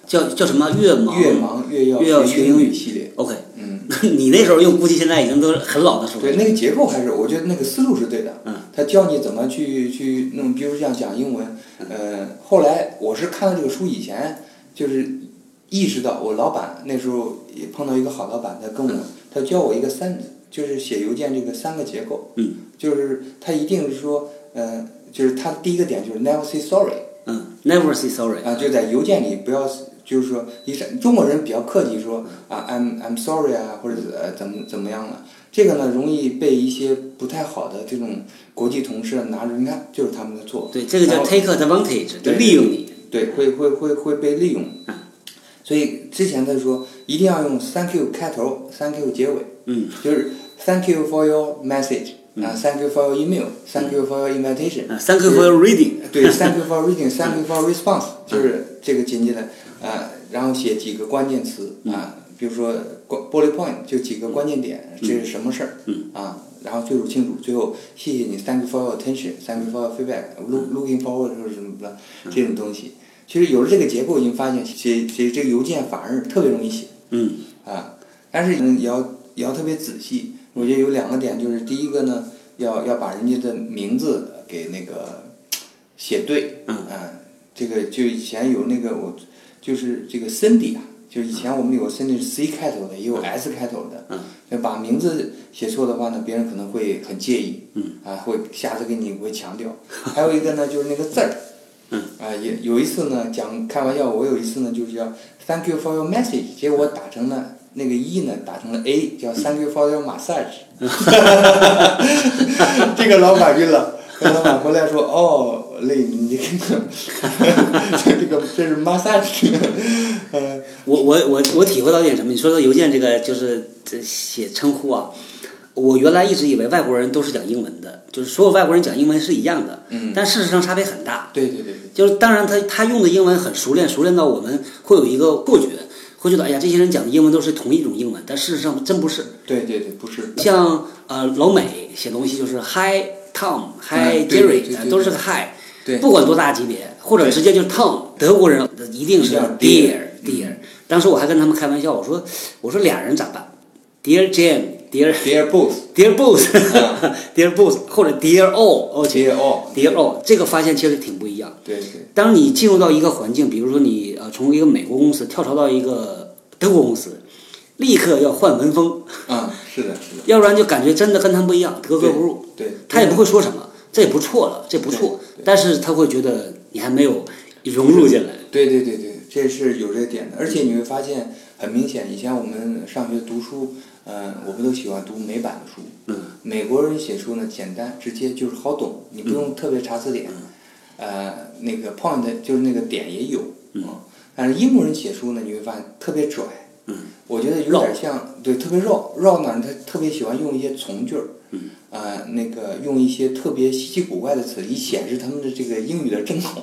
B: 叫叫什么？越忙
C: 越忙越要
B: 哦越要
C: 学
B: 学
C: 英
B: 英
C: 语
B: 语
C: 系列，
B: OK，
C: 嗯，
B: 你那时候用，估计现在已经都是很老的书了。
C: 对，那个结构还是我觉得那个思路是对的。
B: 嗯，
C: 他教你怎么去去弄，比如像讲英文，
B: 嗯
C: 呃，后来我是看了这个书以前，就是意识到我老板那时候也碰到一个好老板，他跟我、
B: 嗯
C: 他教我一个三，就是写邮件这个三个结构，
B: 嗯，
C: 就是他一定是说，呃，就是他第一个点就是 never say sorry，
B: 嗯，Never say sorry。
C: 啊，就在邮件里不要，就是说，你是中国人比较客气说啊，I'm I'm sorry 啊，或者呃怎么怎么样了、这个呢，容易被一些不太好的这种国际同事拿着，你看就是他们的错，
B: 对，这个
C: 然
B: 叫
C: 后
B: take advantage，就
C: 对
B: 利用你。
C: 对，会会会会被利用。
B: 嗯
C: 所以之前他说一定要用 Thank you 开头，Thank you 结尾，
B: 嗯，
C: 就是 Thank you for your message 啊，Thank you for your email，Thank you for your invitation，
B: 啊，Thank you for your reading。
C: 对，thank you for reading, thank you for response，就是这个紧接着，呃，然后写几个关键词啊，比如说关 bullet point 就几个关键点，这是什么事儿啊，然后叙述清楚，最后谢谢你，thank you for your attention，thank you for your feedback，look looking forward 或者什么的这种东西，其实有了这个结构，你发现写写这个邮件反而特别容易写
B: 嗯
C: 啊，但是嗯也要也要特别仔细，我觉得有两个点，就是第一个呢，要要把人家的名字给那个。写对，
B: 嗯
C: 啊，这个就以前有那个我，就是这个 Cindy 啊，就以前我们有个 Cindy 是 C 开头的，也有 S 开头的，
B: 嗯
C: 那把名字写错的话呢，别人可能会很介意，
B: 嗯
C: 啊，会下次给你会强调。还有一个呢，就是那个字儿，
B: 嗯，
C: 啊，也有一次呢，讲开玩笑，我有一次呢，就是叫 Thank you for your message，结果我打成了那个 E 呢，打成了 A，叫
B: 嗯
C: Thank you for your massage，这个老板晕了。这老板回来说：“哦，累，你这个， 这个这是 massage，嗯，
B: 我我我我体会到一点什么？你说到邮件这个就是这写称呼啊，我原来一直以为外国人都是讲英文的，就是所有外国人讲英文是一样的，
C: 嗯
B: 但事实上差别很大。
C: 对对对对，
B: 就是当然他他用的英文很熟练，熟练到我们会有一个错觉，会觉得哎呀，这些人讲的英文都是同一种英文，但事实上真不是。
C: 对对对，不是，
B: 像呃老美写东西就是 Hi Tom，Hi
C: 嗯对对
B: Jerry，
C: 对
B: 呃
C: 对
B: 都是个 Hi，
C: 对
B: 不管多大级别，或者直接就是 Tom。德国人一定是
C: 一定要
B: Dear
C: 啊 dear，嗯
B: Dear，当时我还跟他们开玩笑，我说我说俩人咋办？Dear Jane，Dear
C: ，dear boss，dear
B: Dear
C: 啊
B: Boss，Dear Boss，或者 Dear 哦 All，OK，Dear
C: all，
B: All，这个发现其实挺不一样。
C: 对对
B: 当你进入到一个环境，比如说你呃从一个美国公司跳槽到一个德国公司，立刻要换文风，
C: 啊，是的，是的，
B: 要不然就感觉真的跟他们不一样，格格不入。
C: 对，
B: 他也不会说什么，这也不错了，这不错
C: 对对，
B: 但是他会觉得你还没有融入进来。
C: 对对对对，这是有这个点的。而且你会发现很明显，以前我们上学读书，嗯、我们都喜欢读美版的书。
B: 嗯。
C: 美国人写书呢，简单直接，就是好懂，你不
B: 嗯
C: 用特别查词典。呃，那个 point 就是那个点也有。哦
B: 嗯
C: 但是英国人写书呢，你会发现特别拽。
B: 嗯。
C: 我觉得有点像，对，特别绕绕哪儿呢？他特别喜欢用一些从句儿。
B: 嗯。
C: 呃，那个用一些特别稀奇古怪的词，以显示他们的这个英语的正统。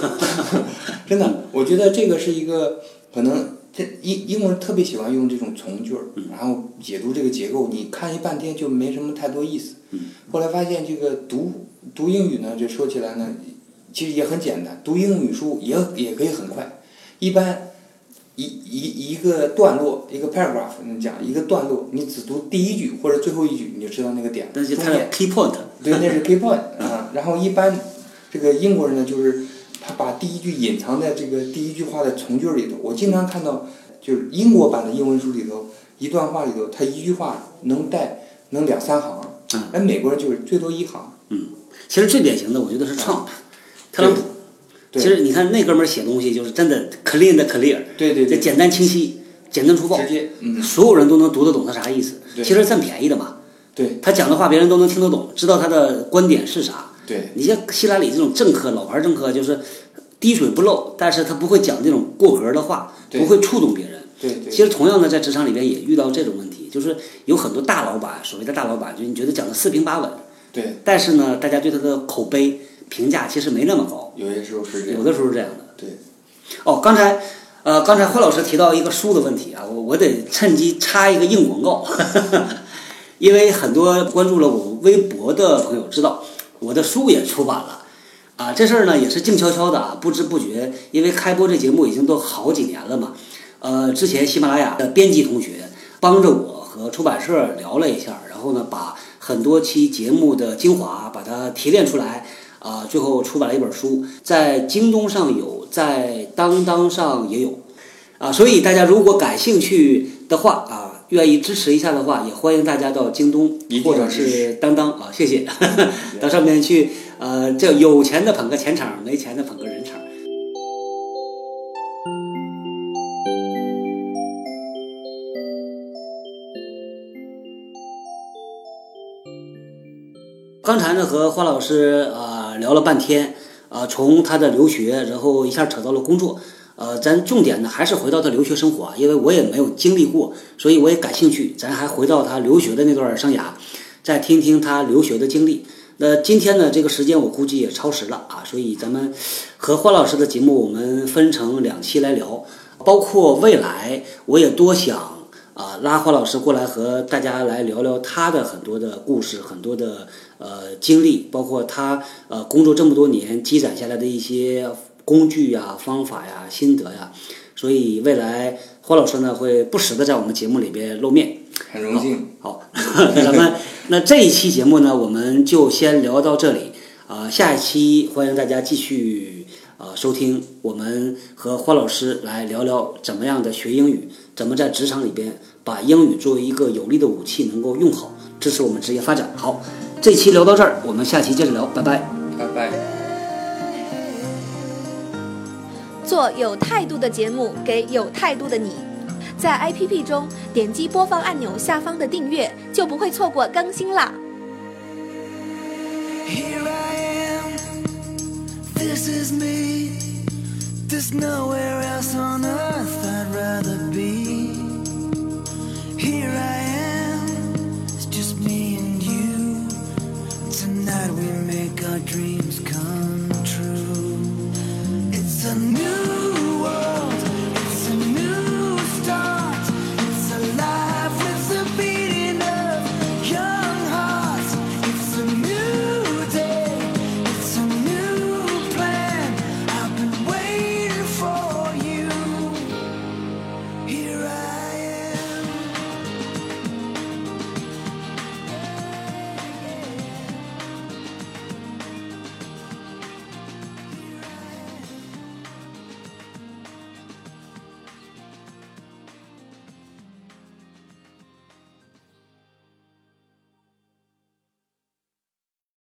C: 真的，我觉得这个是一个可能，这英英国人特别喜欢用这种从句儿，
B: 嗯
C: 然后解读这个结构，你看一半天就没什么太多意思。
B: 嗯
C: 后来发现这个读读英语呢，这说起来呢，其实也很简单，读英语书也也可以很快，一般。一一一个段落，一个 paragraph，你讲一个段落，你只读第一句或者最后一句，你就知道那个点了。
B: 但是
C: 中
B: 它的
C: 间
B: key point，
C: 对，那是 key point 啊。然后一般这个英国人呢，就是他把第一句隐藏在这个第一句话的从句里头。我经常看到，就是英国版的英文书里头，一段话里头，他一句话能带能两三行
B: 嗯，
C: 而美国人就是最多一行。
B: 其实最典型的我觉得是 Trump，特朗普。其
C: 对
B: 实你看那哥们儿写东西就是真的 clean 的 clear，
C: 对对
B: 这
C: 对，
B: 简单清晰，简单粗暴
C: 直，接，嗯，
B: 所有人都能读得懂他啥意思。
C: 对
B: 其实占便宜的嘛，
C: 对
B: 他讲的话别人都能听得懂，知道他的观点是啥。
C: 对
B: 你像希拉里这种政客，老牌政客就是滴水不漏，但是他不会讲那种过格的话，
C: 对
B: 不会触动别人。
C: 对
B: 其
C: 对
B: 实同样的，在职场里边也遇到这种问题，就是有很多大老板，所谓的大老板，就你觉得讲的四平八稳，
C: 对，
B: 但是呢，大家对他的口碑评价其实没那么高，
C: 有些时候是这
B: 有
C: 样。
B: 的时候是这样的。
C: 对，
B: 哦，刚才，呃，刚才花老师提到一个书的问题啊，我我得趁机插一个硬广告， 因为很多关注了我微博的朋友知道，我的书也出版了，啊，这事儿呢也是静悄悄的啊，不知不觉，因为开播这节目已经都好几年了嘛，呃，之前喜马拉雅的编辑同学帮着我和出版社聊了一下，然后呢，把很多期节目的精华把它提炼出来，啊、最后出版了一本书，在京东上有，在当当上也有，啊，所以大家如果感兴趣的话啊，愿意支持一下的话，也欢迎大家到京东
C: 一定
B: 或者
C: 要支持
B: 是当当啊，谢谢， 到上面去，呃，叫有钱的捧个钱场，没钱的捧个人场。刚才呢和花老师啊聊了半天，啊从他的留学，然后一下扯到了工作，呃，咱重点呢还是回到他留学生活啊，因为我也没有经历过，所以我也感兴趣。咱还回到他留学的那段生涯，再听听他留学的经历。那今天呢，这个时间我估计也超时了啊，所以咱们和花老师的节目我们分成两期来聊，包括未来我也多想啊，拉花老师过来和大家来聊聊他的很多的故事，很多的呃经历，包括他呃工作这么多年积攒下来的一些工具呀、方法呀、心得呀。所以未来花老师呢会不时的在我们节目里边露面。
C: 很荣幸。
B: 好， 那咱们那这一期节目呢，我们就先聊到这里啊、下一期欢迎大家继续呃收听，我们和花老师来聊聊怎么样的学英语，怎么在职场里边把英语作为一个有力的武器能够用好，支持我们职业发展。好，这期聊到这儿，我们下期接着聊，拜拜。
C: 拜拜。
A: 做有态度的节目给有态度的你。在 APP 中点击播放按钮下方的订阅，就不会错过更新啦。
D: Here I am. This is me. There's nowhere else on earth I'd rather be. Here I am. It's just me and you. Tonight we make our dreams come true. It's a new